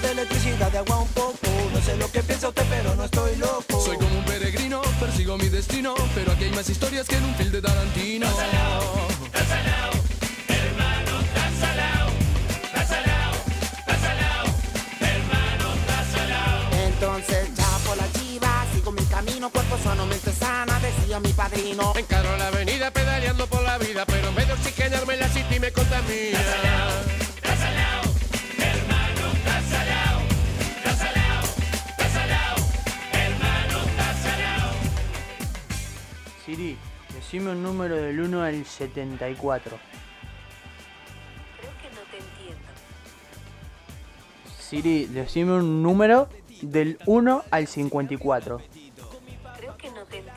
felicidad de agua un poco. No sé lo que piensa usted, pero no estoy loco. Soy como un peregrino, persigo mi destino, pero aquí hay más historias que en un film de Tarantino. Entonces ya por la chiva, sigo mi camino, cuerpo sano, mente sana, decía mi padrino. Encaro la avenida pedaleando por la vida, pero en vez de oxigenarme la city me contamina. Siri, decime un número del 1 al 74. Creo que no te entiendo. Siri, decime un número del 1 al 54. Creo que no te entiendo.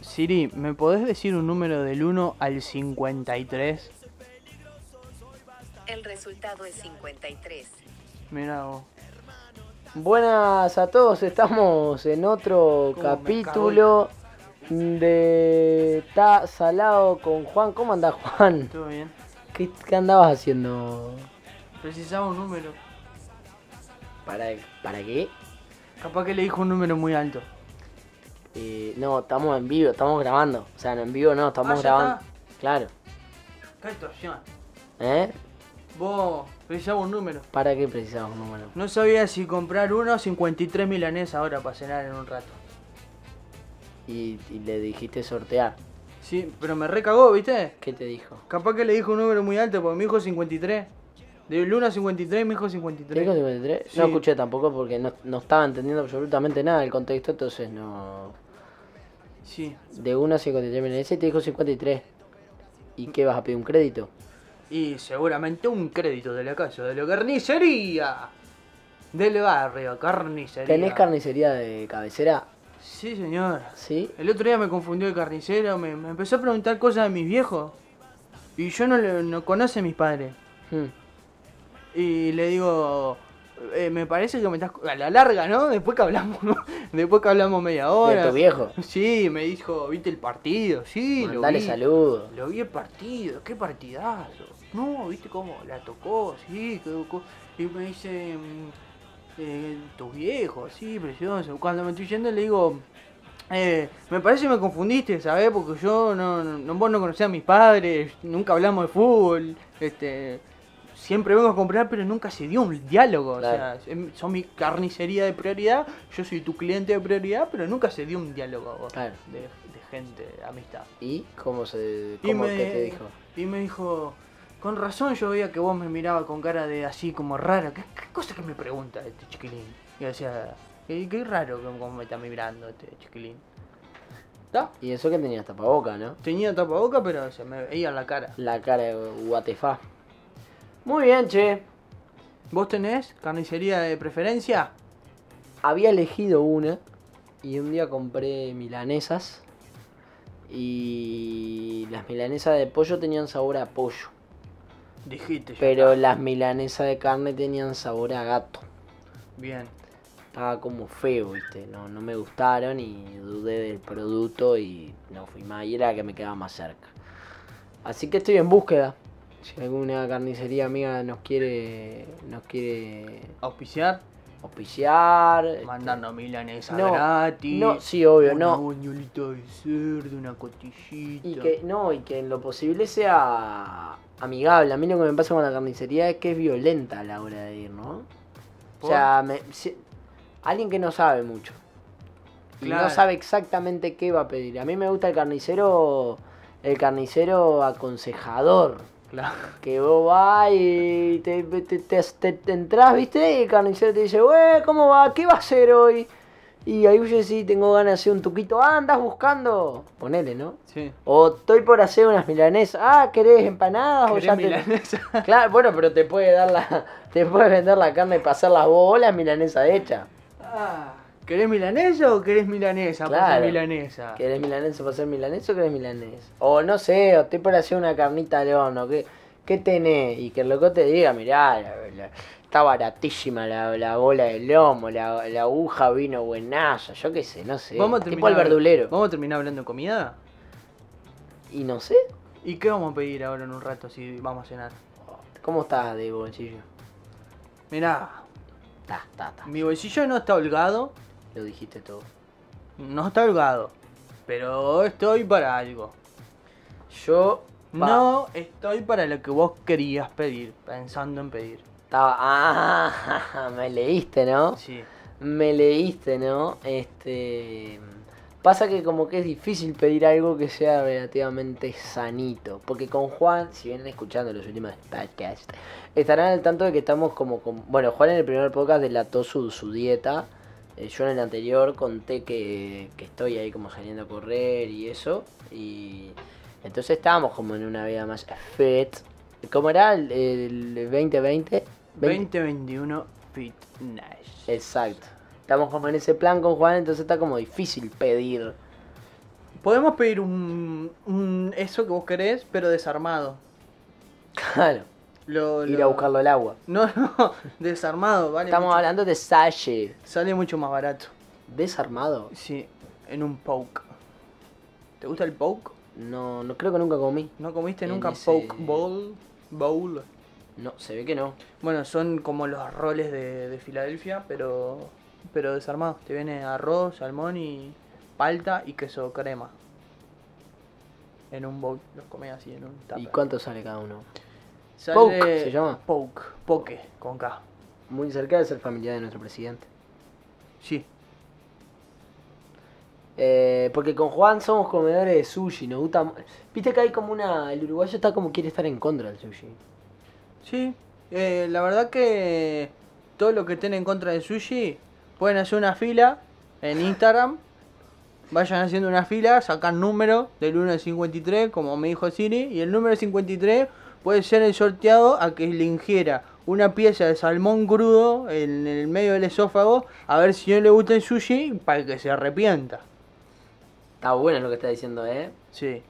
Siri, ¿me podés decir un número del 1 al 53? El resultado es 53. Mira vos. Buenas a todos, estamos en otro me capítulo de Ta Salado con Juan. ¿Cómo anda Juan? ¿Todo bien? ¿Qué, qué andabas haciendo? Precisaba un número. ¿Para, para qué? Capaz que le dijo un número muy alto. Eh, no, estamos en vivo, estamos grabando. O sea, no en vivo no, estamos ya grabando. está. Claro. ¿Qué actuación? ¿Eh? Vos, precisaba un número. ¿Para qué precisamos un número? No sabía si comprar uno o 53 milanés ahora para cenar en un rato. Y, y le dijiste sortear. Sí, pero me recagó, ¿viste? ¿Qué te dijo? Capaz que le dijo un número muy alto porque mi hijo 53. De Luna 53, mi hijo ¿Te dijo 53. 53? Sí. No escuché tampoco porque no, no estaba entendiendo absolutamente nada del contexto, entonces no. Sí. De 1 a 53 millones. y te dijo 53. ¿Y qué vas a pedir un crédito? Y seguramente un crédito de la casa, de la carnicería. Del barrio, carnicería. ¿Tenés carnicería de cabecera? Sí, señor. ¿Sí? El otro día me confundió el carnicero, me, me empezó a preguntar cosas de mis viejos. Y yo no, le- no conoce a mis padres. Hmm. Y le digo, eh, me parece que me estás... A la larga, ¿no? Después que hablamos, ¿no? después que hablamos media hora. ¿De tu viejo? Sí, me dijo, ¿viste el partido? Sí, lo Dale vi. saludos. Lo vi el partido, qué partidazo. No, viste cómo la tocó, sí, quedó co- Y me dice, mm, eh, tus viejos, sí, precioso. Cuando me estoy yendo le digo, eh, me parece que me confundiste, ¿sabes? Porque yo no, no, vos no conocés a mis padres, nunca hablamos de fútbol, este. Siempre vengo a comprar, pero nunca se dio un diálogo. Claro. O sea, em, son mi carnicería de prioridad, yo soy tu cliente de prioridad, pero nunca se dio un diálogo Claro. de, de gente, de amistad. ¿Y cómo se Y cómo me- que te dijo? Y me dijo, con razón yo veía que vos me mirabas con cara de así como rara. ¿Qué, qué cosa que me pregunta este chiquilín? Y yo decía, qué, qué raro que- cómo me está mirando este chiquilín. ¿Está? Y eso que tenías tapaboca, ¿no? Tenía tapaboca, pero se me veía la cara. La cara de guatefá. Muy bien, che. ¿Vos tenés carnicería de preferencia? Había elegido una y un día compré milanesas. Y las milanesas de pollo tenían sabor a pollo. Dijiste. ya Pero está. las milanesas de carne tenían sabor a gato. Bien. Estaba como feo, ¿viste? No, no me gustaron y dudé del producto y no fui más. Y era la que me quedaba más cerca. Así que estoy en búsqueda. Si alguna carnicería amiga nos quiere nos quiere ¿Auspiciar? auspiciar. este, Mandando milanesa no, gratis. No, sí, obvio, una no. buñuelita de cerdo, una cotillita. Y que, no, y que en lo posible sea amigable. A mí lo que me pasa con la carnicería es que es violenta a la hora de ir, ¿no? O sea, me- si- alguien que no sabe mucho. Y Claro. no sabe exactamente qué va a pedir. A mí me gusta el carnicero, el carnicero aconsejador. Claro. Que vos vas y te, te, te- te- te entras, ¿viste? Y el carnicero te dice, wey, ¿cómo va? ¿Qué va a hacer hoy? Y ahí yo sí tengo ganas de hacer un tuquito. Ah, andas buscando. Ponele, ¿no? Sí. O estoy por hacer unas milanesas. Ah, ¿querés empanadas? o ¿Querés ya te- milanesa? Claro, bueno, pero te puede dar la. Te puede vender la carne y pasar las bolas milanesa hecha. Ah, ¿Querés milanesa o querés milanesa? Pasa Claro. milanesa. ¿Querés milanesa para ser milanesa o querés milanesa? O no sé, o estoy por hacer una carnita al horno. ¿Qué, qué tenés? Y que el loco te diga, mirá, la- la- está baratísima la, la bola de lomo, la, la aguja vino buenaza, yo qué sé, no sé. Vamos a tipo terminar. el verdulero. ¿Vamos a terminar hablando de comida? Y no sé, ¿Y qué vamos a pedir ahora en un rato si vamos a cenar? ¿cómo estás de bolsillo? Mirá, Ta, ta, ta. mi bolsillo no está holgado, Lo dijiste todo. no está holgado, pero estoy para algo. Yo. pa- No estoy para lo que vos querías pedir, pensando en pedir. Estaba. Ah, me leíste, ¿no? Sí. Me leíste, ¿no? Este. Pasa que como que es difícil pedir algo que sea relativamente sanito. Porque con Juan, si vienen escuchando los últimos podcasts, estarán al tanto de que estamos como con. Bueno, Juan en el primer podcast delató su, su dieta. Eh, yo en el anterior conté que, que estoy ahí como saliendo a correr y eso. Y. Entonces estábamos como en una vida más fit. ¿Cómo era el, el 2020? 20. 2021 Fitness. Exacto. Estamos como en ese plan con Juan, entonces está como difícil pedir. Podemos pedir un, un- eso que vos querés, pero desarmado. Claro. Lo- Ir lo- a buscarlo al agua. No, no, desarmado, vale. Estamos mucho- hablando de Salle. Sale mucho más barato. ¿Desarmado? Sí, en un poke. ¿Te gusta el poke? No, no creo que nunca comí. ¿No comiste En nunca ese- poke bowl? Bowl. No, se ve que no. Bueno, son como los roles de, de Filadelfia, pero pero desarmados. Te viene arroz, salmón y palta y queso crema. En un bowl, los comés así en un ¿Y tupper. cuánto sale cada uno? Sale- Poke se llama. Poke, poke, con K. Muy cerca de ser familiar de nuestro presidente. Sí. Eh, porque con Juan somos comedores de sushi, nos gusta... mu- Viste que hay como una... El uruguayo está como quiere estar en contra del sushi. Sí, eh, la verdad que todo lo que estén en contra del sushi, pueden hacer una fila en Instagram, vayan haciendo una fila, sacan número del 1 al 53, como me dijo Siri, y el número 53 puede ser el sorteado a que le ingiera una pieza de salmón crudo en el medio del esófago, a ver si no le gusta el sushi, para que se arrepienta. Está bueno lo que está diciendo, ¿eh? Sí.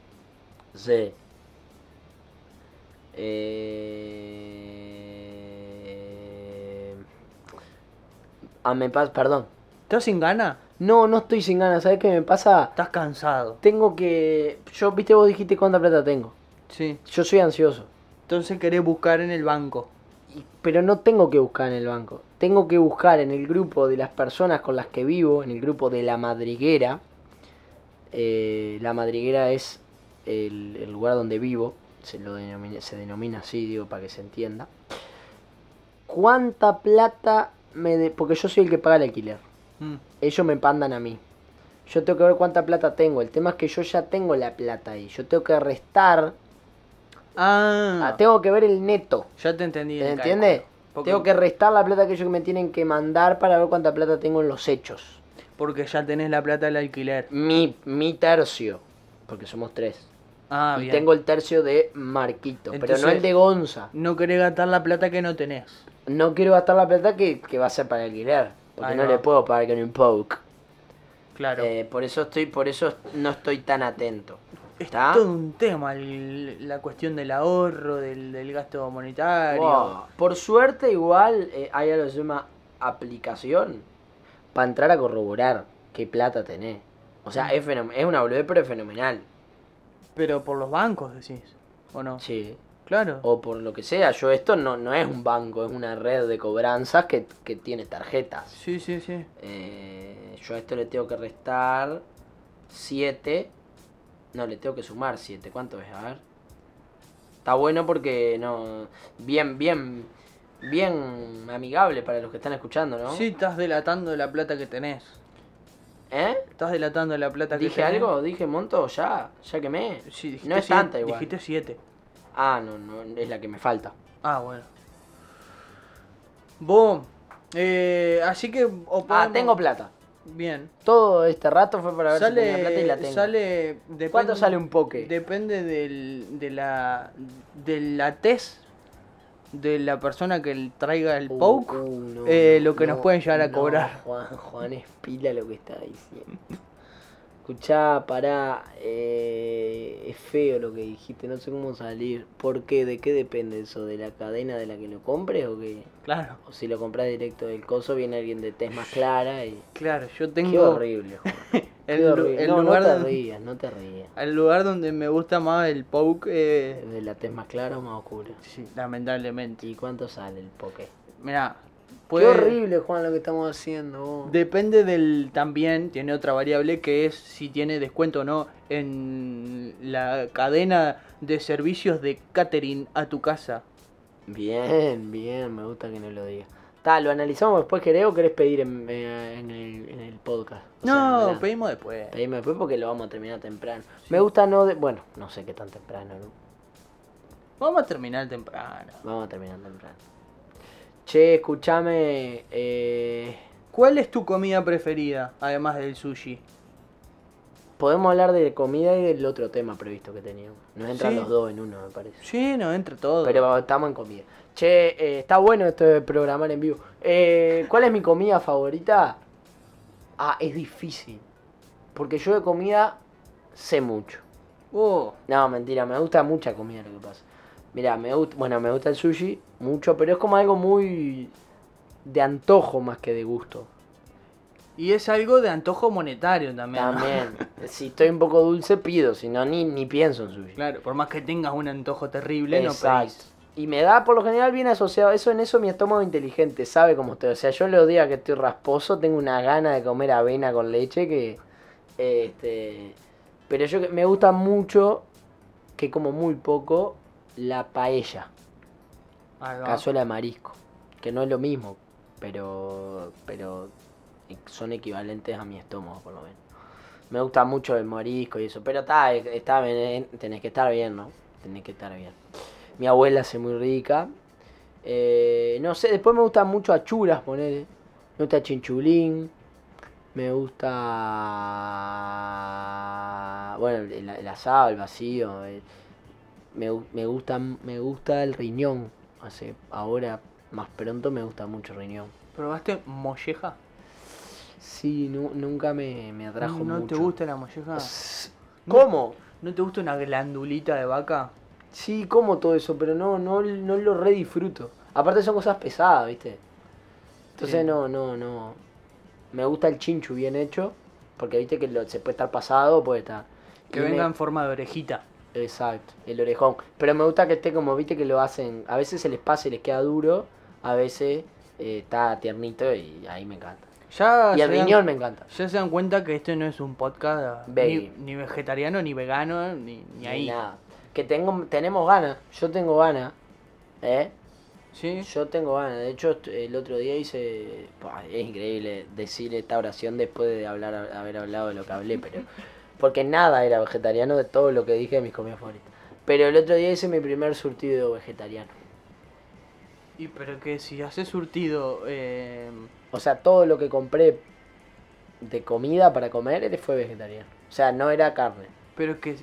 Sí. Eh... Ah, me pasa, perdón. ¿Estás sin ganas? No, no estoy sin ganas, ¿sabes qué me pasa? ¿Estás cansado? Tengo que... Yo, viste, vos dijiste cuánta plata tengo. Sí. Yo soy ansioso. Entonces querés buscar en el banco. Y- Pero no tengo que buscar en el banco. Tengo que buscar en el grupo de las personas con las que vivo, en el grupo de la madriguera. Eh, la madriguera es el, el lugar donde vivo. Se, lo denomina, se denomina así, digo, para que se entienda. ¿Cuánta plata me... de- Porque yo soy el que paga el alquiler. Mm. Ellos me pandan a mí. Yo tengo que ver cuánta plata tengo. El tema es que yo ya tengo la plata ahí. Yo tengo que restar. Ah, Ah, tengo que ver el neto. ya te entendí. el ¿Te entiende? cálculo. Porque- Tengo que restar la plata que ellos me tienen que mandar para ver cuánta plata tengo en los hechos. Porque ya tenés la plata del alquiler. Mi, mi tercio, porque somos tres. Ah, y bien. tengo el tercio de Marquito, pero no Entonces- el de Gonza. No querés gastar la plata que no tenés. No quiero gastar la plata que, que va a ser para alquiler, porque Ahí no va. le puedo pagar con un poke. Claro. Eh, por eso estoy, por eso no estoy tan atento. es ¿Está? todo un tema el- la cuestión del ahorro, del, del gasto monetario. Wow. Por suerte igual eh, hay algo que se llama aplicación para entrar a corroborar qué plata tenés. O Mm. sea, es, fenom- es una boludez, pero es fenomenal. Pero por los bancos decís, ¿o no? Sí. Claro. O por lo que sea, yo esto no, no es un banco, es una red de cobranzas que, que tiene tarjetas. Sí, sí, sí. Eh, yo a esto le tengo que restar 7. No, le tengo que sumar 7. ¿Cuánto es? A ver. Está bueno porque no. Bien, bien. Bien amigable para los que están escuchando, ¿no? Sí, estás delatando la plata que tenés. ¿Eh? Estás delatando la plata que ¿Dije tenés. algo? ¿Dije monto? Ya, ya quemé. Sí, dijiste no es siete- tanta igual. Dijiste siete. Ah, no, no, es la que me falta. Ah, bueno. Vos, eh, así que... o Ah, podemos- tengo plata. Bien. Todo este rato fue para ver si sale, tenía plata y la tengo. sale depende- ¿Cuánto sale un poke? Depende del, de la de la test de la persona que el- traiga el Uh, poke, uh, no, eh, no, lo que nos no, pueden llegar a no, cobrar. Juan, Juan es pila lo que está diciendo. Escuchá, pará. eh, es feo lo que dijiste, no sé cómo salir. ¿Por qué? ¿De qué depende eso? ¿De la cadena de la que lo compres o qué? Claro, O si lo compras directo del coso, viene alguien de tez más clara y. claro, yo Qué tengo horrible, Juan. Qué el, lu- horrible. el No, no lugar te donde, rías, no te rías. el lugar donde me gusta más el poke, eh, ¿De la tez más clara o más oscura? sí, lamentablemente. ¿Y cuánto sale el poke? Mirá, Puede- Qué horrible, Juan, lo que estamos haciendo. vos. Depende del también, tiene otra variable que es si tiene descuento o no en la cadena de servicios de catering a tu casa. Bien, bien, me gusta que no lo diga. Está, lo analizamos después, ¿querés o querés pedir en, eh, en el, en el podcast? O sea, en no, verdad. pedimos después. Pedime después porque lo vamos a terminar temprano. Me gusta no... de- Bueno, no sé qué tan temprano, ¿no? Vamos a terminar temprano. Vamos a terminar temprano. Che, escúchame. eh, ¿Cuál es tu comida preferida, además del sushi? podemos hablar de comida y del otro tema previsto que teníamos. Nos entran Sí. los dos en uno, me parece. Sí, no, entre todo. Pero estamos en comida. Che, eh, está bueno esto de programar en vivo. Eh, ¿Cuál es mi comida favorita? Ah, es difícil. Porque yo de comida sé mucho. Oh, No, mentira, me gusta mucha comida lo que pasa. Mira, me gusta, bueno, me gusta el sushi mucho, pero es como algo muy de antojo más que de gusto. y es algo de antojo monetario también. ¿no? También, si estoy un poco dulce pido, si no ni, ni pienso en sushi. Claro, por más que tengas un antojo terrible, no Exacto. pedís. Y me da por lo general bien asociado, eso en eso mi estómago inteligente sabe cómo estoy. O sea, yo los días que estoy rasposo tengo una gana de comer avena con leche que este pero yo que- me gusta mucho que como muy poco la paella. Ahí va. cazuela de marisco, que no es lo mismo, pero pero son equivalentes a mi estómago por lo menos. Me gusta mucho el marisco y eso, pero está, está bien, eh, tenés que estar bien, ¿no? Tenés que estar bien. Mi abuela hace muy rica. Eh, no sé, después me gustan mucho achuras, poner. Me gusta chinchulín. Me gusta. Bueno, el, el asado, el vacío. eh, el- me, gu- me gusta, me gusta el riñón. Hace, ahora, más pronto, me gusta mucho el riñón. ¿Probaste molleja? Sí, nu- nunca me, me atrajo ¿No te mucho. gusta la molleja? S- ¿Cómo? ¿No te gusta una glandulita de vaca? Sí, como todo eso, pero no, no, no lo redisfruto. Aparte son cosas pesadas, ¿viste? Entonces Sí. no, no, no. Me gusta el chinchu bien hecho, porque viste que lo- se puede estar pasado, puede estar. Que Y me- venga en forma de orejita. Exacto, el orejón. Pero me gusta que esté como, viste que lo hacen. A veces se les pasa y les queda duro, a veces eh, está tiernito y ahí me encanta. Ya Y el Ah, se dan- riñón me encanta. Ya se dan cuenta que este no es un podcast ni, Veggie. ni vegetariano, ni vegano, ni, ni ahí. Nada. Que tengo, tenemos ganas, yo tengo ganas. ¿Eh? ¿Sí? Yo tengo ganas, de hecho est- el otro día hice, Pah, es increíble decir esta oración después de hablar, haber hablado de lo que hablé, pero porque nada era vegetariano de todo lo que dije de mis comidas favoritas. Pero el otro día hice mi primer surtido vegetariano. Y pero que si haces surtido, eh, O sea, todo lo que compré de comida para comer él fue vegetariano. O sea, no era carne. pero que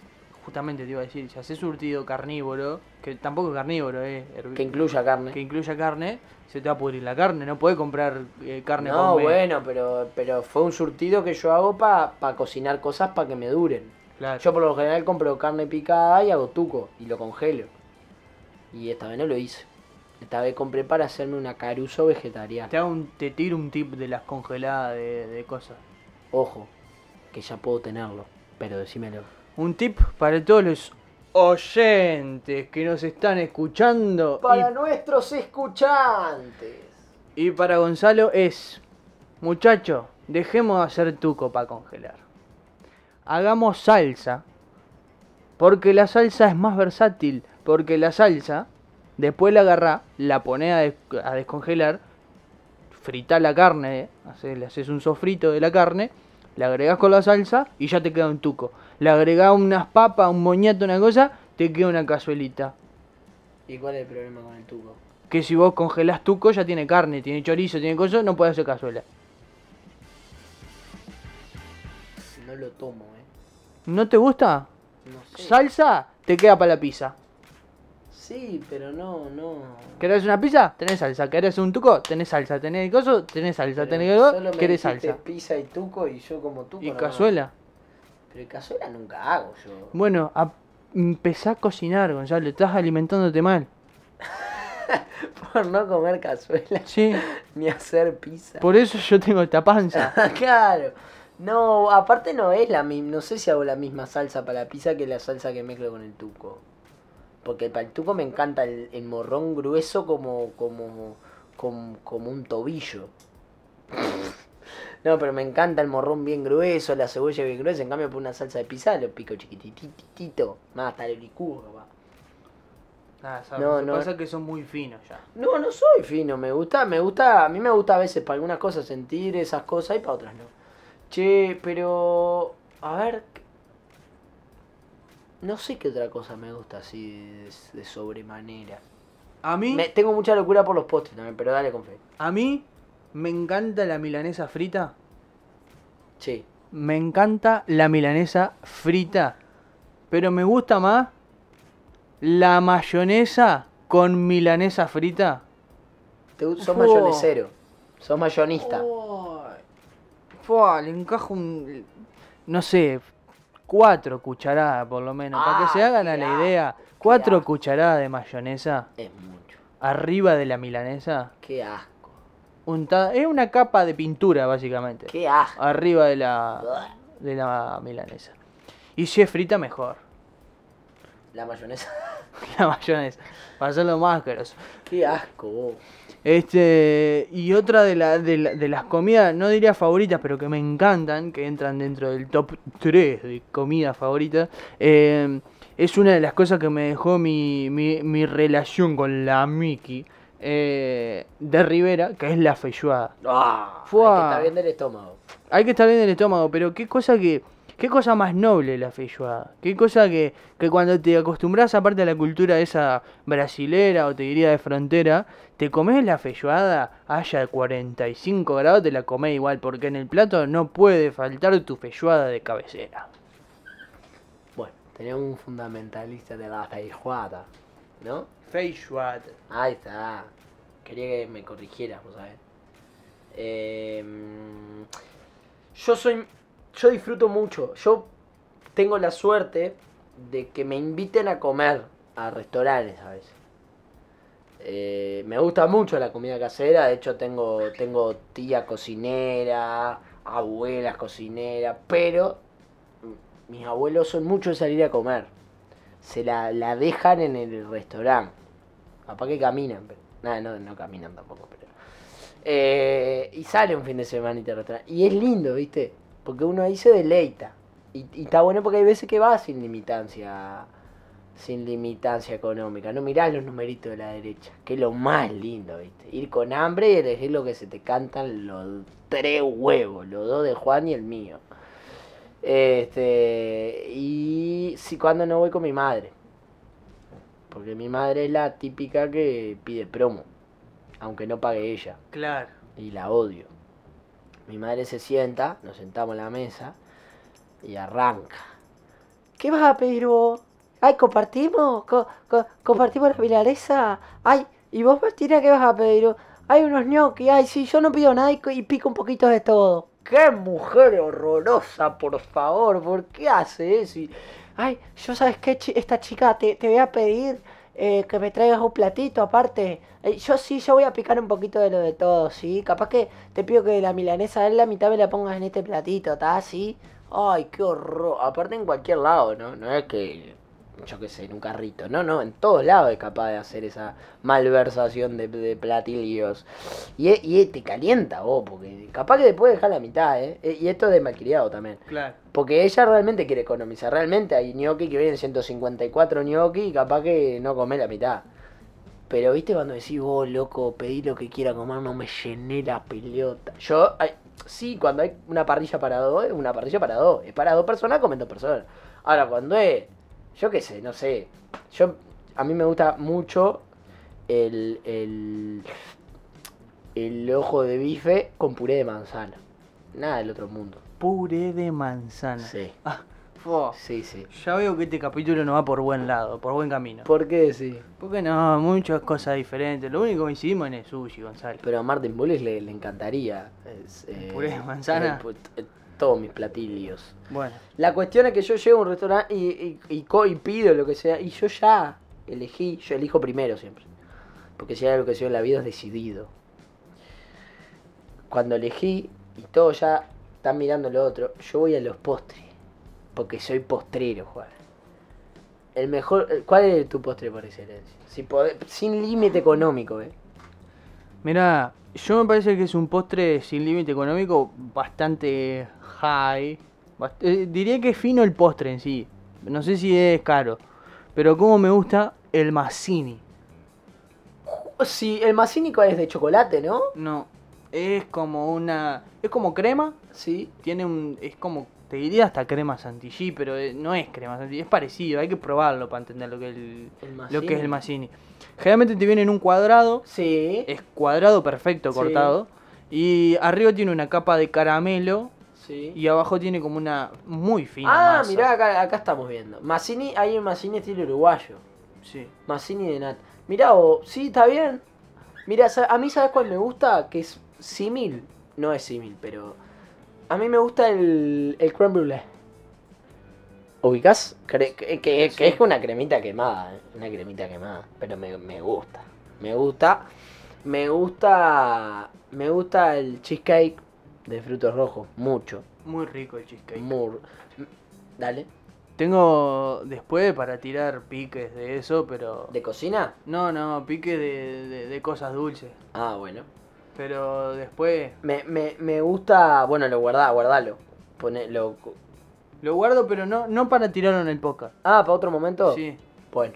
justamente te iba a decir, si haces surtido carnívoro, que tampoco es carnívoro, eh, hervi- Que incluya carne. que incluya carne, se te va a pudrir la carne, no puedes comprar eh, carne no, homemade. bueno, pero, pero fue un surtido que yo hago para cocinar cosas para que me duren. Claro. Yo por lo general compro carne picada y hago tuco y lo congelo. Y esta vez no lo hice. Esta vez compré para hacerme una caruso vegetariana. Te, hago un, te tiro un tip de las congeladas de, de cosas. Ojo, que ya puedo tenerlo, pero decímelo. Un tip para todos los oyentes que nos están escuchando. y nuestros escuchantes. Y para Gonzalo es, muchacho, dejemos de hacer tuco para congelar. Hagamos salsa, porque la salsa es más versátil, porque la salsa, después la agarrá, la ponés a, des- a descongelar, fritá la carne, eh, hacé- le haces un sofrito de la carne, la agregás con la salsa y ya te queda un tuco. Le agregás unas papas, un moñato, una cosa, te queda una cazuelita. ¿Y cuál es el problema con el tuco? que si vos congelás tuco ya tiene carne, tiene chorizo, tiene coso, no puede hacer cazuela. No lo tomo, eh. ¿No te gusta? No sé. Salsa te queda para la pizza. Sí, pero no, no. ¿Querés una pizza? Tenés salsa. ¿Querés un tuco? Tenés salsa. ¿Tenés coso? Tenés salsa. Pero ¿Tenés coso? solo me ¿Querés dijiste salsa? pizza y tuco y yo como tuco. Y nomás. cazuela. Pero cazuela nunca hago yo. Bueno, a- empezá a cocinar, Gonzalo. Estás alimentándote mal. Por no comer cazuela Sí. ni hacer pizza. Por eso yo tengo esta panza. claro. No, aparte no es la misma. No sé si hago la misma salsa para la pizza que la salsa que mezclo con el tuco. Porque para el tuco me encanta el, el morrón grueso como, como, com- como un tobillo. No, pero me encanta el morrón bien grueso, la cebolla bien gruesa. En cambio, por una salsa de pizza lo pico chiquititito. Más, hasta lo licúo, capaz. Ah, ¿sabes? No, Lo que no. pasa es que son muy finos ya. No, no soy fino, me gusta, me gusta, a mí me gusta a veces para algunas cosas sentir esas cosas y para otras no. Che, pero a ver no sé qué otra cosa me gusta así de, de sobremanera. A mí, Me- tengo mucha locura por los postres también, pero dale con fe. a mí me encanta la milanesa frita. Sí. Me encanta la milanesa frita. Pero me gusta más la mayonesa con milanesa frita. Te, gu- sos Ujú. mayonesero. Sos mayonista. Fua, le encajo un. No sé, cuatro cucharadas por lo menos. para Ah, que se hagan a qué la asco, idea. qué Cuatro asco. cucharadas de mayonesa Es mucho. arriba de la milanesa. Qué asco. untada- es una capa de pintura, básicamente. Qué asco. Arriba de la. de la milanesa. Y si es frita, mejor. La mayonesa. La mayonesa. Para hacerlo más asqueroso. Qué asco. vos. Este, y otra de, la, de, la- de las comidas, no diría favoritas, pero que me encantan, que entran dentro del top 3 de comidas favoritas, eh, es una de las cosas que me dejó mi, mi, mi relación con la Miki eh, de Rivera, que es la feijoada. Ah, hay Fua. que estar bien del estómago. Hay que estar bien del estómago, pero qué cosa que... Qué cosa más noble la feijoada. Qué cosa que, que cuando te acostumbras aparte a la cultura esa brasilera o te diría de frontera, te comes la feijoada, haya 45 grados, te la comes igual, porque en el plato no puede faltar tu feijoada de cabecera. Bueno, tenemos un fundamentalista de la feijoada, ¿no? Feijoada. Ahí está. Quería que me corrigieras, vos sabés. Em, yo soy. Yo disfruto mucho. Yo tengo la suerte de que me inviten a comer a restaurantes a veces. Eh, me gusta mucho la comida casera. De hecho, tengo, tengo tía cocinera, abuelas cocineras, pero mm, mis abuelos son mucho de salir a comer. Se la, la dejan en el restaurante. Capaz que caminan, pero. Nada, no, no caminan tampoco, pero. Eh, y sale un fin de semana y te restaurante. Y es lindo, ¿viste? Porque uno ahí se deleita. Y, y está bueno porque hay veces que va sin limitancia. Sin limitancia económica. No mirás los numeritos de la derecha. Que es lo más lindo, ¿viste? Ir con hambre y elegir lo que se te cantan los tres huevos. Los dos de Juan y el mío. Este. Y si cuando no voy con mi madre. Porque mi madre es la típica que pide promo, aunque no pague ella, Claro. y la odio. Mi madre se sienta, nos sentamos en la mesa y arranca. ¿Qué vas a pedir vos? Ay, compartimos, co- co- compartimos la milanesa. Ay, ¿y vos, Martina, qué vas a pedir? Hay unos gnocchi, ay, sí, yo no pido nada y, co- y pico un poquito de todo. ¡Qué mujer horrorosa, por favor! ¿Por qué hace eso? Y- Ay, yo sabes qué, chi- esta chica, te, te voy a pedir eh, que me traigas un platito aparte. Eh, yo sí, yo voy a picar un poquito de lo de todo, ¿sí? Capaz que te pido que la milanesa en la mitad me la pongas en este platito, ¿está? ¿Sí? Ay, qué horror. Aparte en cualquier lado, ¿no? No es que, yo qué sé, en un carrito. No, no, en todos lados es capaz de hacer esa malversación de, de platillos. Y, e- y te calienta vos, porque capaz que te puede dejar la mitad, ¿eh? E- Y esto es de malcriado también. Claro. Porque ella realmente quiere economizar. Realmente hay gnocchi que vienen 154 gnocchi y capaz que no come la mitad. Pero viste cuando decís, vos loco, pedí lo que quiera comer, no me llené la pelota. Yo, ay, sí, cuando hay una parrilla para dos, es una parrilla para dos. Es para dos personas, comen dos personas. Ahora, cuando es, yo qué sé, no sé. Yo, a mí me gusta mucho el, el, el ojo de bife con puré de manzana. Nada del otro mundo. Puré de manzana. Sí, Ah, fua. sí, sí. Ya veo que este capítulo no va por buen lado, por buen camino. ¿Por qué sí? Porque no, muchas cosas diferentes. Lo único que hicimos es sushi, Gonzalo. Pero a Martin Bullis le, le encantaría. es, eh, Puré de manzana. eh, pu- eh, todos mis platillos. Bueno. La cuestión es que yo llego a un restaurante y, y, y co- y pido lo que sea. Y yo ya elegí, yo elijo primero siempre. Porque si hay algo que yo en la vida es decidido. Cuando elegí y todos ya están mirando lo otro, yo voy a los postres. Porque soy postrero, Juan. El mejor, ¿Cuál es tu postre por excelencia? Si podés- sin límite económico, ¿eh? Mira, yo me parece que es un postre sin límite económico bastante high. Bast- eh, diría que es fino el postre en sí. No sé si es caro. Pero como me gusta el mazzini. Sí, el más cínico es de chocolate, ¿no? No, es como una... Es como crema, Sí. tiene un... Es como... Te diría hasta crema Santilly, pero eh, no es crema Santilly. Es parecido, hay que probarlo para entender lo que, el- El lo que es el mazzini. mazzini. Generalmente te viene en un cuadrado. Sí. es cuadrado perfecto Sí. cortado. Y arriba tiene una capa de caramelo sí. y abajo tiene como una muy fina. ah, masa. mirá, acá, acá estamos viendo. Mazzini, hay un Mazzini estilo uruguayo. Sí. Mazzini de nata. Mirá vos, sí, está bien. Mirá, sa- a mí sabes cuál me gusta, que es símil. No es símil, pero... A mí me gusta el, el creme brulee. ¿Ubicás? Cre- que, que- que es una cremita quemada, eh, una cremita quemada. Pero me, me gusta. Me gusta. Me gusta. Me gusta el cheesecake de frutos rojos. Mucho. Muy rico el cheesecake. Mur. Dale. Tengo después para tirar piques de eso, pero. ¿De cocina? No, no, piques de, de- de cosas dulces. Ah, bueno. Pero después. Me, me, me gusta. Bueno, lo guardá, guardalo. Ponelo. Lo guardo, pero no, no para tirarlo en el poca. Ah, para otro momento. Sí. Bueno.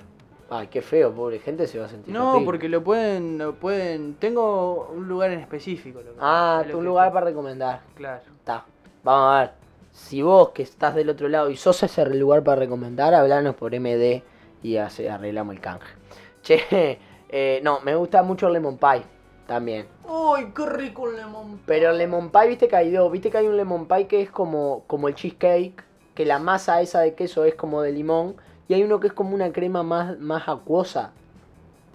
Ay, qué feo, pobre gente se va a sentir. No, horrible. porque lo pueden, lo pueden. Tengo un lugar en específico. lo que- Ah, lo un que- lugar para recomendar. Claro. Está. Vamos a ver. Si vos que estás del otro lado y sos ese lugar para recomendar, hablanos por MD y hace- arreglamos el canje. Che, eh, no, me gusta mucho el lemon pie también. ¡Uy, qué rico un lemon! Pero el lemon pie, viste que hay dos. Viste que hay un lemon pie que es como, como el cheesecake, que la masa esa de queso es como de limón. Y hay uno que es como una crema más, más acuosa.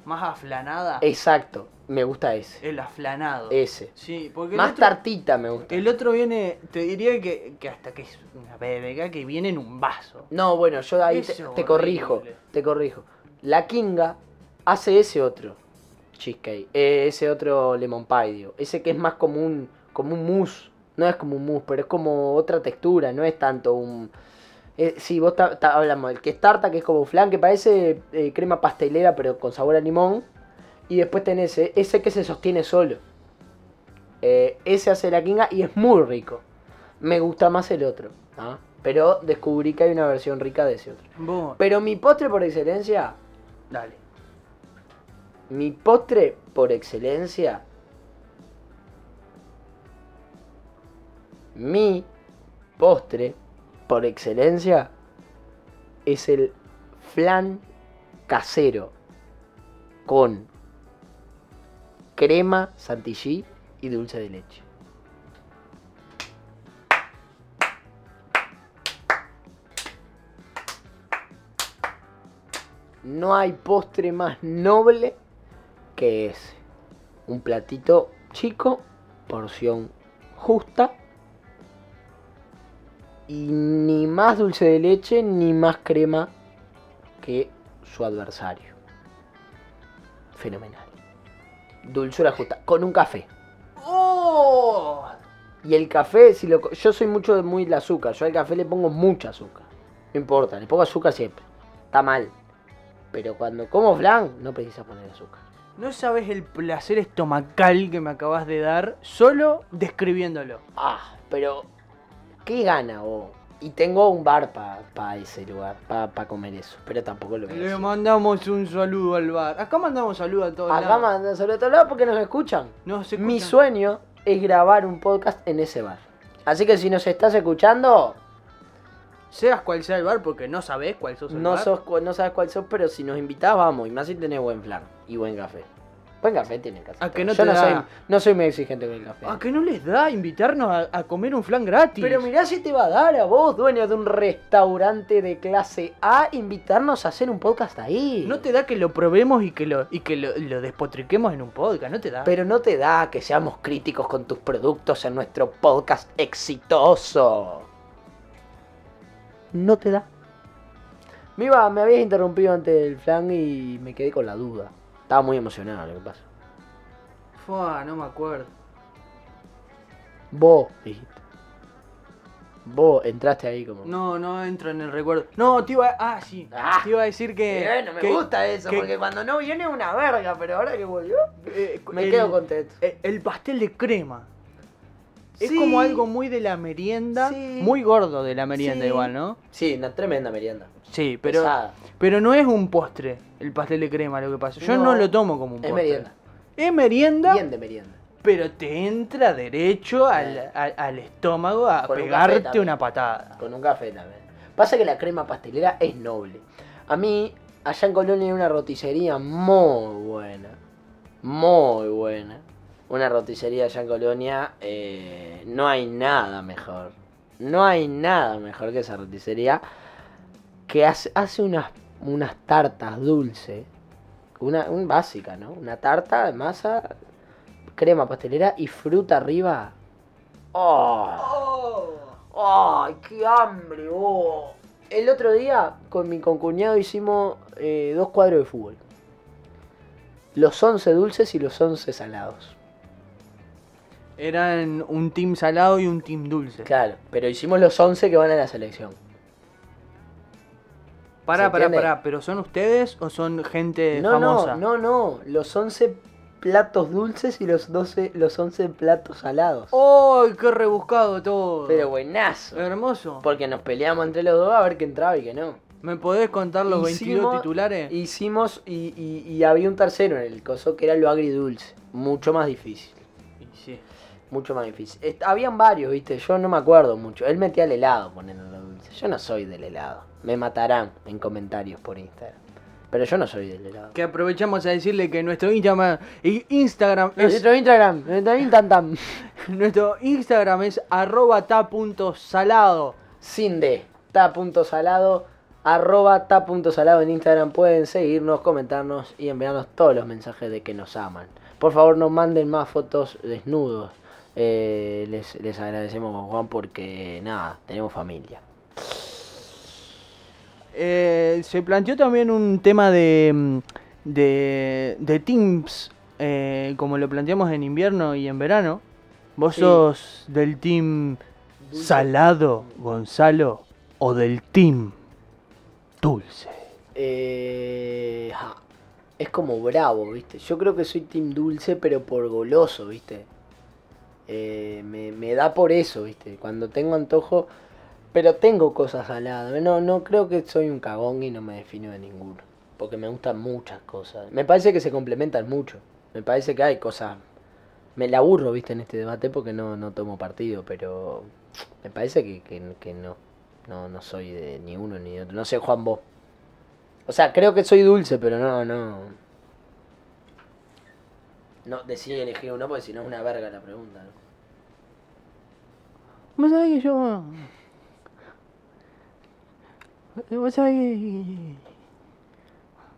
Más aflanada. Eh, Exacto, me gusta ese. El aflanado. Ese. Sí, porque el eh, Más otro, tartita me gusta. el otro viene, te diría que, que hasta que es una verga que viene en un vaso. No, bueno, yo ahí te, Eso te corrijo, horrible. te corrijo. La Kinga hace ese otro cheesecake, eh, ese otro lemon pie, digo. Ese que es más como un, como un mousse. No es como un mousse, pero es como otra textura, no es tanto un... eh, sí, vos ta- ta- hablamos del que es tarta, que es como un flan, que parece eh, crema pastelera, pero con sabor a limón. Y después tenés ese, ese que se sostiene solo. Eh, ese hace la Kinga y es muy rico. Me gusta más el otro. ¿ah? Pero descubrí que hay una versión rica de ese otro. Vos, Pero mi postre por excelencia, dale. mi postre por excelencia, mi postre por excelencia es el flan casero con crema chantilly y dulce de leche. No hay postre más noble que ese. Un platito chico, porción justa. Y ni más dulce de leche ni más crema que su adversario. Fenomenal. Dulzura justa, con un café. ¡Oh! Y el café, si lo, co- yo soy mucho de muy el azúcar. Yo al café le pongo mucha azúcar. No importa, le pongo azúcar siempre. Está mal. Pero cuando como flan, no precisa poner azúcar. No sabes el placer estomacal que me acabas de dar solo describiéndolo. Ah, pero qué gana vos. Y tengo un bar para ese lugar, para comer eso. Pero tampoco lo voy a Le decir. mandamos un saludo al bar. Acá mandamos saludo a todos. Acá lados. mandan sobre todo lado porque nos escuchan. Nos Mi escuchan. sueño es grabar un podcast en ese bar. Así que si nos estás escuchando, Seas cual sea el bar, porque no sabes cuál sos el no, bar. sos, cu- no sabes cuál sos, pero si nos invitás, vamos. Y más si tenés buen flan y buen café. Buen café tiene casi A que todo. no Yo te no, da. soy, no soy muy exigente con el café. ¿A Ah, que no les da invitarnos a, a comer un flan gratis? Pero mirá si te va a dar a vos, dueño de un restaurante de clase A, invitarnos a hacer un podcast ahí. No te da que lo probemos y que lo, y que lo, lo despotriquemos en un podcast, no te da. Pero no te da que seamos críticos con tus productos en nuestro podcast exitoso. No te da. Me, iba, me habías interrumpido antes del flan y me quedé con la duda. Estaba muy emocionado lo que pasa. Fua, no me acuerdo. Vos dijiste. Vos entraste ahí como. No, no entro en el recuerdo. No, te iba a... Ah, sí. Ah. te iba a decir que... Eh, bueno, me que- gusta eso, que- porque cuando no viene es una verga, pero ahora que volvió, eh, me el- quedo contento. eh, El pastel de crema. Es Sí. como algo muy de la merienda. Sí. Muy gordo de la merienda Sí. igual, ¿no? Sí, una tremenda merienda. Sí, pero... Pesada. Pero no es un postre el pastel de crema lo que pasa. Yo no, No, lo tomo como un es postre. merienda. Es merienda, Bien de merienda. pero te entra derecho al, al- al estómago a Con un café pegarte también. una patada. Con un café también. Pasa que la crema pastelera es noble. A mí, allá en Colonia hay una roticería muy buena. Muy buena. Una roticería allá en Colonia, eh, no hay nada mejor. No hay nada mejor que esa roticería. Que hace, hace unas, unas tartas dulces. Una un básica, ¿no? Una tarta de masa, crema pastelera y fruta arriba. ¡Oh! ¡Ay, qué hambre, vos! El otro día con mi concuñado hicimos eh, dos cuadros de fútbol. Los 11 dulces y los 11 salados. Eran un team salado y un team dulce. Claro, pero hicimos los 11 que van a la selección. Pará, ¿se pará, entiende? pará. ¿Pero son ustedes o son gente no, famosa? no, no, no. Los 11 platos dulces y los, 12, los 11 platos salados. ¡Ay, qué rebuscado todo! Pero buenazo. Hermoso. Porque nos peleamos entre los dos a ver qué entraba y qué no. ¿Me podés contar los 22 Hicimos- titulares? Hicimos y, y- y había un tercero en el coso que era lo agridulce. Mucho más difícil. Y sí. Mucho más difícil. Est- habían varios, viste, yo no me acuerdo mucho. Él metía el helado, poniendo lo dulce. Yo no soy del helado. Me matarán en comentarios por Instagram. Pero yo no soy del helado. Que aprovechamos a decirle que nuestro Instagram, i- Instagram es Nuestro Instagram, nuestro Instagram. Nuestro Instagram es arroba ta.salado. Sin D, ta punto salado, arroba ta punto salado en Instagram. Pueden seguirnos, comentarnos y enviarnos todos los mensajes de que nos aman. Por favor, no manden más fotos desnudos. Eh, les, les agradecemos con Juan porque nada, tenemos familia. Eh, se planteó también un tema de, mm, de, de teams, eh, como lo planteamos en invierno y en verano. ¿Vos Sí. sos del team salado, Gonzalo, o del team dulce? Eh, ja, es como bravo, ¿viste? Yo creo que soy team dulce, pero por goloso, ¿viste? Eh, me, me da por eso, ¿viste? Cuando tengo antojo, pero tengo cosas al lado. No, no creo que soy un cagón y no me defino de ninguno. Porque me gustan muchas cosas. Me parece que se complementan mucho. Me parece que hay cosas... Me la aburro, ¿viste? En este debate porque no, no tomo partido, pero me parece que, que- que no. No, no soy de ni uno ni de otro. No sé, Juan, vos. O sea, creo que soy dulce, pero no, no. No, decidí elegir uno porque si no es una verga la pregunta. ¿no? Vos sabés que yo. Vos sabés que.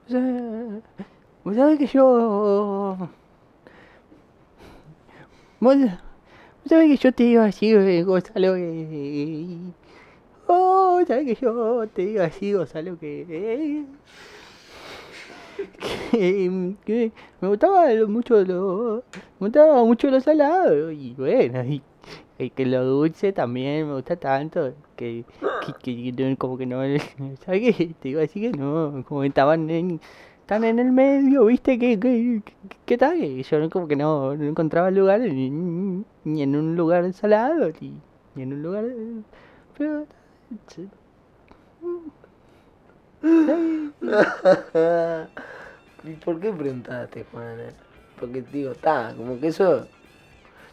Vos sabés, vos sabés que yo. Vos, vos sabés que yo te iba así, eh, Gonzalo, que. Oh, sabés que yo te digo así, Gonzalo, que. eh, que, que me gustaba lo- mucho lo. Me gustaba mucho lo salado, y bueno, y que, que lo dulce también me gusta tanto que, que, que no- como que no sabes qué? te iba a decir que no como que estaban en, están en el medio viste que que, que- que tal que yo no- como que no, no encontraba lugar ni, ni en un lugar salado ni, ni en un lugar eh, pero sí. ¿Y por qué preguntaste, Juana? Porque digo, está, como que eso.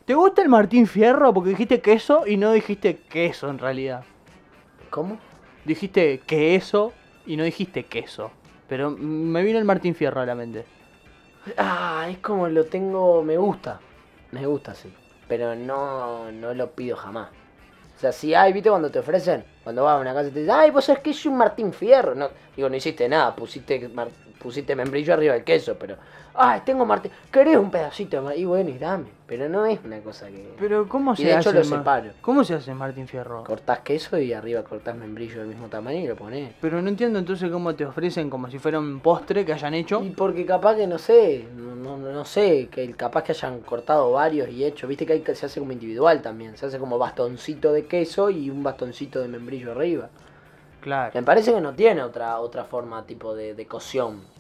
¿Te gusta el Martín Fierro? Porque dijiste queso y no dijiste queso en realidad. ¿Cómo? Dijiste queso y no dijiste queso. Pero mm, me vino el Martín Fierro a la mente. Ah, es como lo tengo, me gusta. Me gusta, sí. Pero no, no lo pido jamás. O sea, si hay, viste, cuando te ofrecen, cuando vas a una casa y te dicen, ay, vos sabés que es un Martín Fierro. No, digo, no hiciste nada, pusiste, mar- pusiste membrillo arriba del queso, pero, ay, tengo Martín, querés un pedacito de Mar-?" Y bueno, y dame. Pero no es una cosa que. Pero ¿cómo Y se de hace? hecho lo Mar- separo. ¿Cómo se hace Martín Fierro? Cortás queso y arriba cortás membrillo del mismo tamaño y lo ponés. Pero no entiendo entonces cómo te ofrecen como si fuera un postre que hayan hecho. Y porque capaz que no sé, no, no, no, no sé, que el- capaz que hayan cortado varios y hecho, viste que, hay, que se hace como individual también, se hace como bastoncito de queso y un bastoncito de membrillo arriba. Claro. Me parece que no tiene otra otra forma tipo de, de cocción.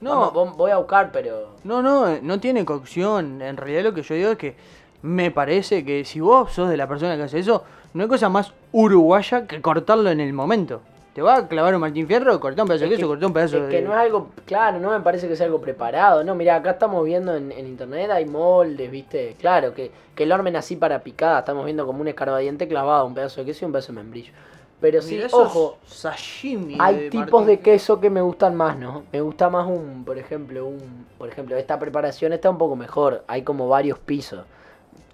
No. No, voy a buscar, pero No, no, eh, no tiene cocción. En realidad lo que yo digo es que me parece que si vos sos de la persona que hace eso, no hay cosa más uruguaya que cortarlo en el momento. Te va a clavar un Martín Fierro, cortá un pedazo Es de que- queso, cortá un pedazo es de... que no es algo, claro, no me parece que sea algo preparado. No, mira, acá estamos viendo en, en internet, hay moldes, viste, claro, que, que lo armen así para picada. Estamos viendo como un escarbadiente clavado, un pedazo de queso y un pedazo de membrillo. Pero sí, Mirá esos ojo, sashimi hay tipos de Martín queso que me gustan más, ¿no? Me gusta más un, por ejemplo, un, por ejemplo, esta preparación está un poco mejor. Hay como varios pisos.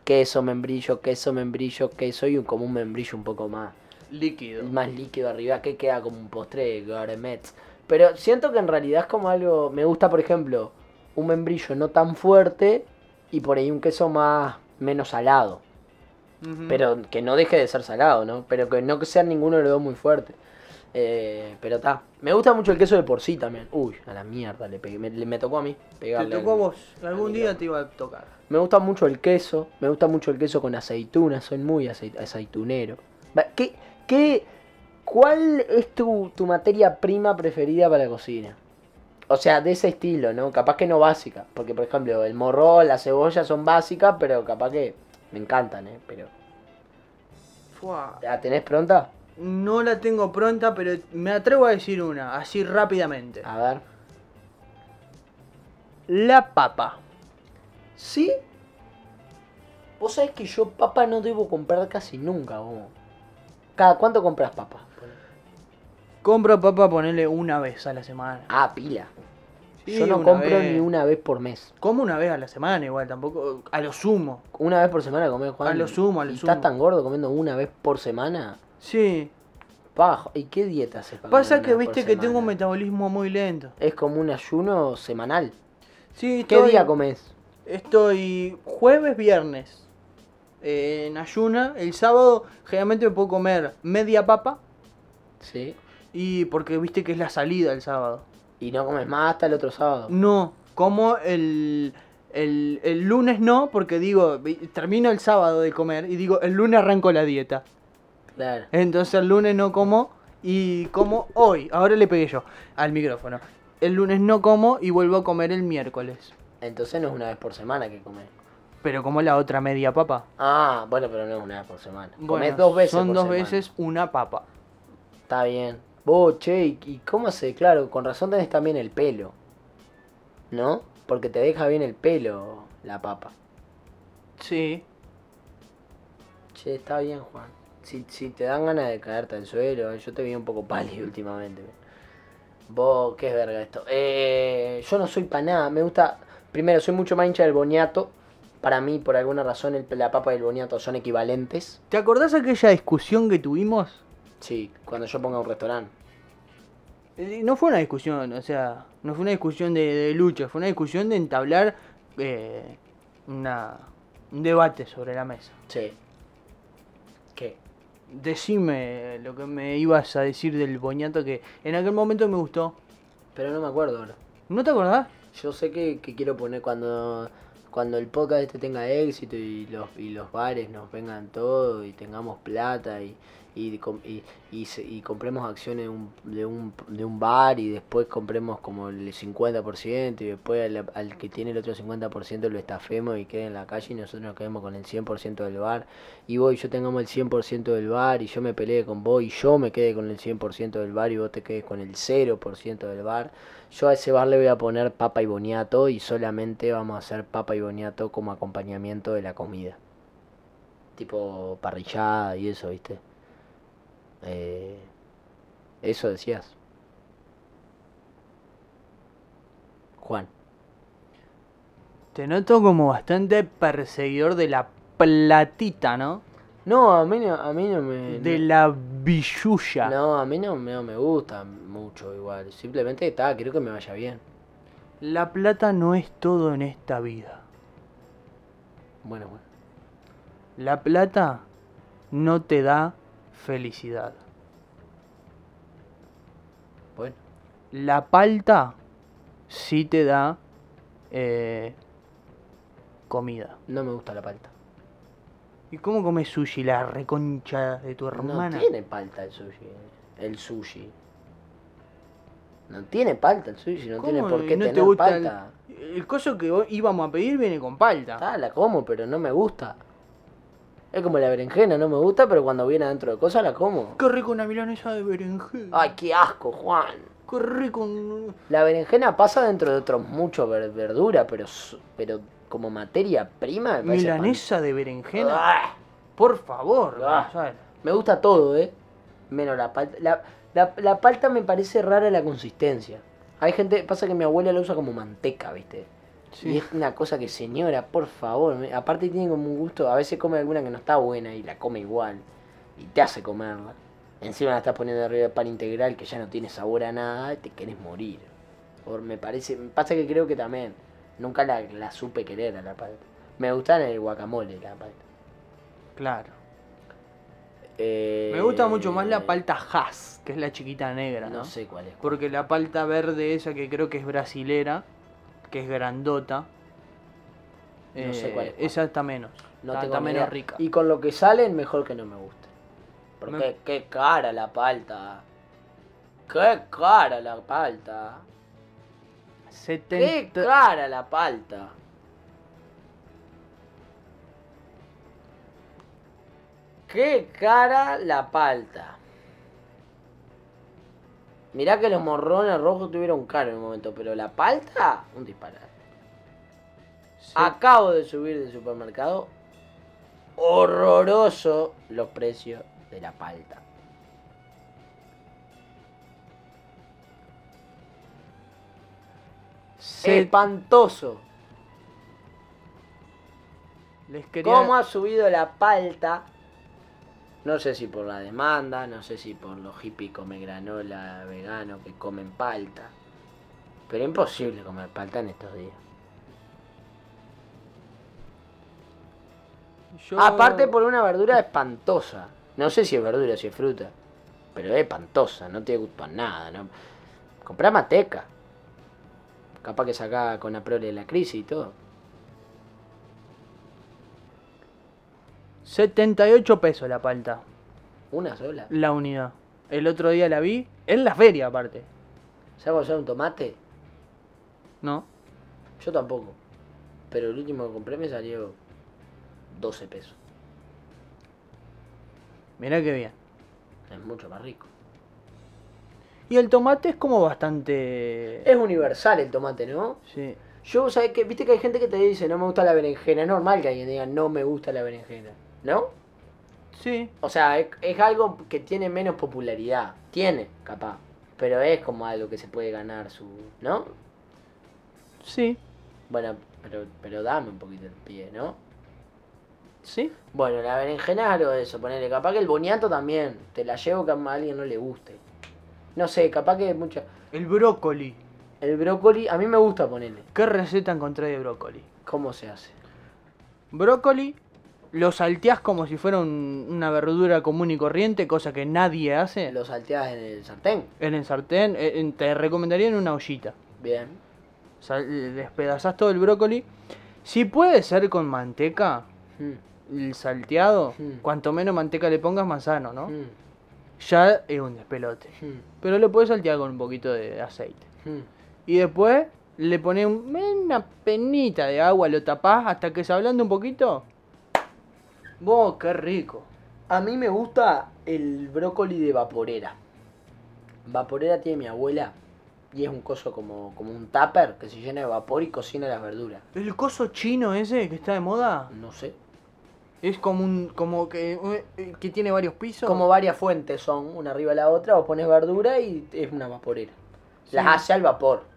Queso, membrillo, queso, membrillo, queso y un, como un membrillo un poco más líquido. más líquido arriba que queda como un postre gourmet. Pero siento que en realidad es como algo. Me gusta, por ejemplo, un membrillo no tan fuerte y por ahí un queso más menos salado. Ujú. Pero que no deje de ser salado, ¿no? Pero que no que sea ninguno de los dos muy fuerte. Eh, pero está. Me gusta mucho el queso de por sí también. Uy, a la mierda, le pegué. Me, le- me tocó a mí. Te Pegarle tocó a al- vos. Algún al día micrófono. te iba a tocar. Me gusta mucho el queso, me gusta mucho el queso con aceitunas, soy muy acei- aceitunero. Va, ¿Qué, qué, ¿Cuál es tu, tu materia prima preferida para cocina? O sea, de ese estilo, ¿no? Capaz que no básica, porque por ejemplo el morro, la cebolla son básicas, pero capaz que me encantan, ¿eh? Pero, Fua. ¿La tenés pronta? No la tengo pronta, pero me atrevo a decir una, así rápidamente. A ver. La papa. ¿Sí? Vos sabés que yo papa no debo comprar casi nunca, vos. ¿Cada cuánto compras papa? Compro papa, ponele una vez a la semana. Ah, pila. Sí, Yo no una compro vez. ni una vez por mes. Como una vez a la semana igual, tampoco, a lo sumo. Una vez por semana comer, Juan. A lo sumo, a lo ¿Y sumo. ¿Estás tan gordo comiendo una vez por semana? Sí. Bajo. ¿Y qué dieta haces para Pasa comer que una vez por viste que tengo un semana? metabolismo muy lento. Es como un ayuno semanal. Sí, ¿Qué estoy- día comes? Estoy jueves, viernes. eh, en ayuna. El sábado generalmente me puedo comer media papa. Sí. Y porque viste que es la salida el sábado. Y no comes más hasta el otro sábado. No, como el, el, el lunes no, porque digo, vi- termino el sábado de comer y digo, el lunes arranco la dieta. Claro. Entonces el lunes no como y como hoy. Ahora le pegué yo al micrófono. El lunes no como y vuelvo a comer el miércoles. Entonces no es una vez por semana que comes. Pero como la otra media papa. Ah, bueno, pero no es una vez por semana. Bueno, comes dos veces. Son por dos semana. veces una papa. Está bien. Vos, che, ¿y- ¿y cómo se? Claro, con razón tenés también el pelo. ¿No? Porque te deja bien el pelo la papa. Sí. Che, está bien, Juan. Si, si te dan ganas de caerte al suelo, eh, yo te vi un poco pálido últimamente. Vos, qué es verga esto. Eh, yo no soy para nada, me gusta. Primero, soy mucho más hincha del boniato. Para mí, por alguna razón, el- la papa y el boniato son equivalentes. ¿Te acordás aquella discusión que tuvimos? Sí, cuando yo ponga un restaurante. Eh, No fue una discusión, o sea, no fue una discusión de, de lucha, fue una discusión de entablar eh, una, un debate sobre la mesa. Sí. ¿Qué? Decime lo que me ibas a decir del boñato que en aquel momento me gustó. Pero no me acuerdo ahora. ¿No te acordás? Yo sé que, que quiero poner cuando cuando el podcast este tenga éxito y los y los bares nos vengan todo y tengamos plata y y, com- y, y se- y compremos acciones de un, de, un, de un bar y después compremos como el 50% y después al, al que tiene el otro 50% lo estafemos y quede en la calle y nosotros nos quedemos con el 100% del bar y vos y yo tengamos el 100% del bar y yo me peleé con vos y yo me quede con el 100% del bar y vos te quedes con el 0% del bar yo a ese bar le voy a poner papa y boniato y solamente vamos a hacer papa y boniato como acompañamiento de la comida. Tipo parrillada y eso, ¿viste? Eh, eso decías. Juan. Te noto como bastante perseguidor de la platita, ¿no? No, a mí no, a mí no me... De no- la billulla. Mm. no, a mí no, no me gusta mucho igual. Simplemente está, quiero que me vaya bien. La plata no es todo en esta vida. Bueno, bueno. La plata no te da felicidad. Bueno. La palta sí te da eh, comida. No me gusta la palta. ¿Y cómo comes sushi, la reconcha de tu hermana? No tiene palta el sushi. eh. El sushi. No tiene palta el sushi, no tiene ¿Cómo por qué no tener te gusta palta. El, el coso que hoy íbamos a pedir viene con palta. Está, la como, pero no me gusta. Es como la berenjena, no me gusta, pero cuando viene adentro de cosas la como. Qué rico una milanesa de berenjena. Ay, qué asco, Juan. Qué rico un- La berenjena pasa dentro de otros muchos ver- verdura, pero, su- pero como materia prima me parece milanesa de pan- berenjena. ¡Ah! Por favor, Ah. Gonzalo. Me gusta todo, ¿eh? Menos la palta. La, la- la palta me parece rara la consistencia. Hay gente, pasa que mi abuela la usa como manteca, ¿viste? Sí. Y es una cosa que, señora, por favor, me- aparte tiene como un gusto, a veces come alguna que no está buena y la come igual. Y te hace comerla. Encima la estás poniendo arriba de pan integral que ya no tiene sabor a nada y te querés morir. Por, me parece, me pasa que creo que también. Nunca la, la supe querer a la palta. Me gustan el guacamole, la palta. Claro. Eh, Me gusta mucho más la palta Hass, que es la chiquita negra, ¿no? No sé cuál es. Porque la palta verde esa que creo que es brasilera, que es grandota, eh, No sé cuál es cuál. esa está menos. No está, tengo está ni menos idea. rica. Y con lo que salen, mejor que no me guste. Porque Me- qué cara la palta. Qué cara la palta. Qué 70 cara la palta. Qué cara la palta. Mirá que los morrones rojos tuvieron cara en un momento, pero la palta, un disparate. se- Acabo de subir del supermercado. Horroroso los precios de la palta. se- Espantoso. les quería- ¿Cómo ha subido la palta? No sé si por la demanda, no sé si por los hippies come granola vegano que comen palta. Pero imposible comer palta en estos días. yo- Aparte por una verdura espantosa. No sé si es verdura, si es fruta. Pero es espantosa, no tiene gusto a nada. ¿no? Comprá mateca. Capaz que saca con la prole de la crisis y todo. 78 pesos la palta, Una sola. la unidad. El otro día la vi, en la feria aparte, ¿Sabes usar un tomate? ¿no? Yo tampoco. Pero el último que compré me salió 12 pesos. Mirá qué bien. Es mucho más rico. Y el tomate es como bastante... Es universal el tomate, ¿no? Sí. Yo, ¿sabes que Viste que hay gente que te dice, no me gusta la berenjena. Es normal que alguien diga, no me gusta la berenjena. ¿No? Sí, O sea, es, es algo que tiene menos popularidad. Tiene, capaz. Pero es como algo que se puede ganar su. ¿No? sí, Bueno, pero, pero dame un poquito el pie, ¿no? sí. Bueno, la berenjena es algo de eso, ponele. Capaz que el boniato también. Te la llevo que a alguien no le guste. No sé, capaz que mucha. El brócoli. El brócoli, a mí me gusta ponerle. ¿Qué receta encontré de brócoli? ¿Cómo se hace? Brócoli, lo salteás como si fuera un- una verdura común y corriente, cosa que nadie hace. Lo salteas en el sartén. En el sartén, eh, en- te recomendaría en una ollita. Bien. Sal- despedazás todo el brócoli. Si puede ser con manteca, Mm, el salteado, Mm. cuanto menos manteca le pongas, más sano, ¿no? mm, Ya es un despelote. mm, Pero lo puedes saltear con un poquito de aceite. mm. Y después le pones un- una penita de agua, lo tapás hasta que se ablande un poquito. ¡Vos, qué rico! A mí me gusta el brócoli de vaporera. Vaporera tiene mi abuela y es un coso como, como un tupper que se llena de vapor y cocina las verduras. El coso chino ese que está de moda No sé. es como un. como que. eh, que tiene varios pisos. Como varias fuentes son, una arriba de la otra, o pones verdura y es una vaporera. Las hace al vapor.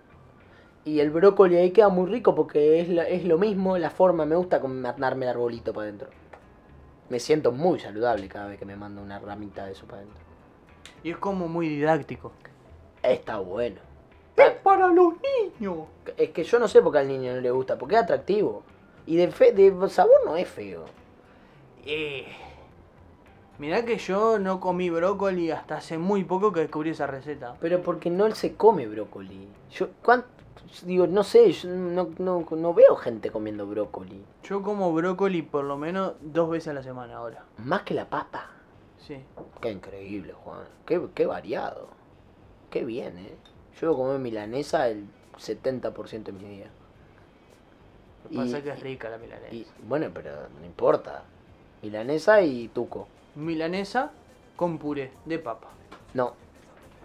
Y el brócoli ahí queda muy rico porque es, la- es lo mismo, la forma me gusta como matarme el arbolito para adentro. Me siento muy saludable cada vez que me mando una ramita de eso para adentro. Y es como muy didáctico. Está bueno. Ah, ¡Es para los niños! Es que yo no sé por qué al niño no le gusta, porque es atractivo. Y de, fe- de sabor no es feo. Eh. Mirá que yo no comí brócoli hasta hace muy poco que descubrí esa receta. Pero porque no se come brócoli. Yo, ¿cuán- digo, no sé, yo no, no, no veo gente comiendo brócoli. Yo como brócoli por lo menos dos veces a la semana ahora. Más que la papa. Sí. Qué increíble, Juan. Qué, qué variado. Qué bien, ¿eh? Yo como milanesa el 70% de mis días. Lo que pasa Y- es que es rica la milanesa. Y, bueno, pero no importa. Milanesa y tuco. Milanesa con puré de papa. No,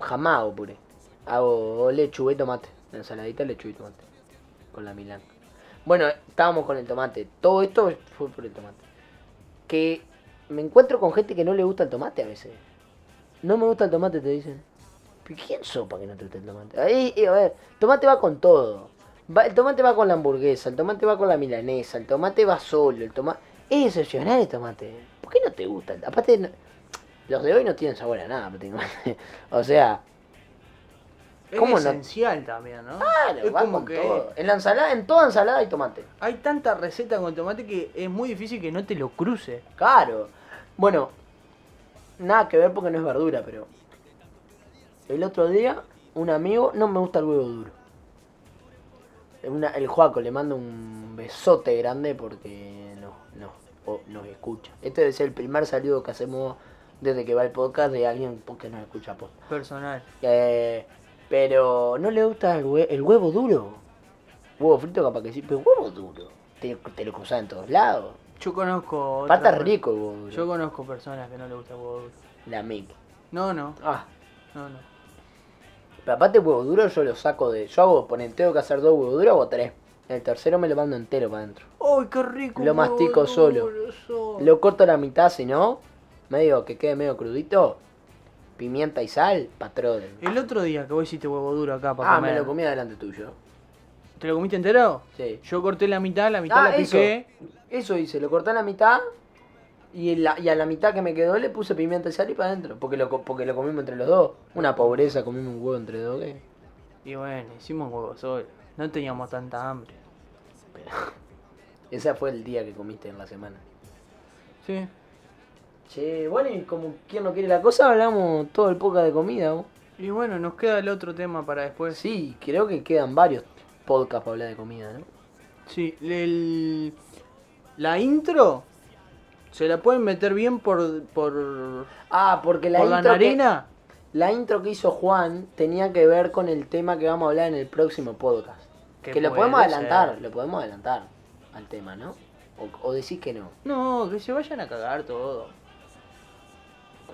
jamás hago puré. Hago lechuga y tomate. La ensaladita, lechuga y tomate. Con la milán. Bueno, estábamos con el tomate. Todo esto fue por el tomate. Que me encuentro con gente que no le gusta el tomate a veces. No me gusta el tomate, te dicen. ¿Pero ¿Quién sopa que no te gusta el tomate? Ahí, eh, a ver, tomate va con todo. Va- el tomate va con la hamburguesa, el tomate va con la milanesa, el tomate va solo, el tomate... Es excepcional el tomate. ¿Por qué no te gusta? el- Aparte, no- los de hoy no tienen sabor a nada prácticamente. o sea, Es ¿Cómo no? esencial también, ¿no? claro, es va como con que todo. En la ensalada, en toda ensalada hay tomate. hay tanta receta con tomate que es muy difícil que no te lo cruce. Claro. Bueno, nada que ver porque no es verdura, pero... El otro día, un amigo, no me gusta el huevo duro. Una- el Juaco le mando un besote grande porque no, no, o- nos escucha. Este debe ser el primer saludo que hacemos desde que va el podcast de alguien que nos escucha. posta. Personal. Eh, pero no le gusta el, hue- el huevo duro. Huevo frito capaz que sí, pero huevo duro. Te, te lo cruzás en todos lados. Yo conozco. otra Pata per- rico el huevo duro. Yo conozco personas que no les gusta el huevo duro. La mic. No, no, Ah, no, no. pero aparte el huevo duro yo lo saco de... Yo hago, ponen, tengo que hacer dos huevos duros o tres. El tercero me lo mando entero para adentro. ¡Ay, qué rico! Lo un huevo mastico duro, solo. solo. Lo corto a la mitad, si no, medio que quede medio crudito. Pimienta y sal, patrón. El otro día que vos hiciste huevo duro acá para Ah, comer. me lo comí adelante tuyo. ¿Te lo comiste entero? Sí. Yo corté la mitad, la mitad Ah, la piqué. Eso hice, lo corté a la mitad y, en la- y a la mitad que me quedó le puse pimienta y sal y para adentro. Porque lo, co- porque lo comimos entre los dos. Una pobreza, comimos un huevo entre dos. ¿qué? Y bueno, hicimos huevo solo. No teníamos tanta hambre. Ese fue el día que comiste en la semana. Sí. Che, bueno, y como quien no quiere la cosa, hablamos todo el poca de comida. ¿no? Y bueno, nos queda el otro tema para después. Sí, creo que quedan varios podcasts para hablar de comida, ¿eh? ¿no? Sí, el- la intro se la pueden meter bien por por, Ah, porque la por la intro que- narina. la intro que hizo Juan tenía que ver con el tema que vamos a hablar en el próximo podcast. Que Que lo puede podemos ser. adelantar, lo podemos adelantar al tema, ¿no? O, o decís que no. No, que se vayan a cagar todo.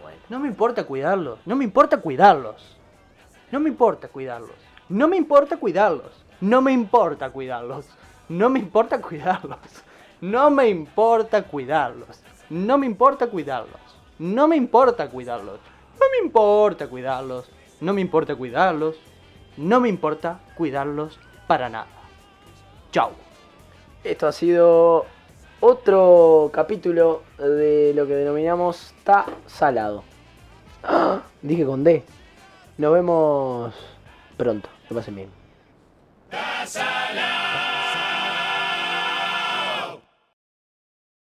Bueno. No me importa cuidarlos. No me importa cuidarlos. No me importa cuidarlos. No me importa cuidarlos. No me importa cuidarlos. No me importa cuidarlos. No me importa cuidarlos. No me importa cuidarlos. No me importa cuidarlos. No me importa cuidarlos. No me importa cuidarlos. No me importa cuidarlos para nada. Chau. Esto ha sido otro capítulo de lo que denominamos Ta Salado. ¡Ah! Dije con D. Nos vemos pronto. Que pasen bien. Salado.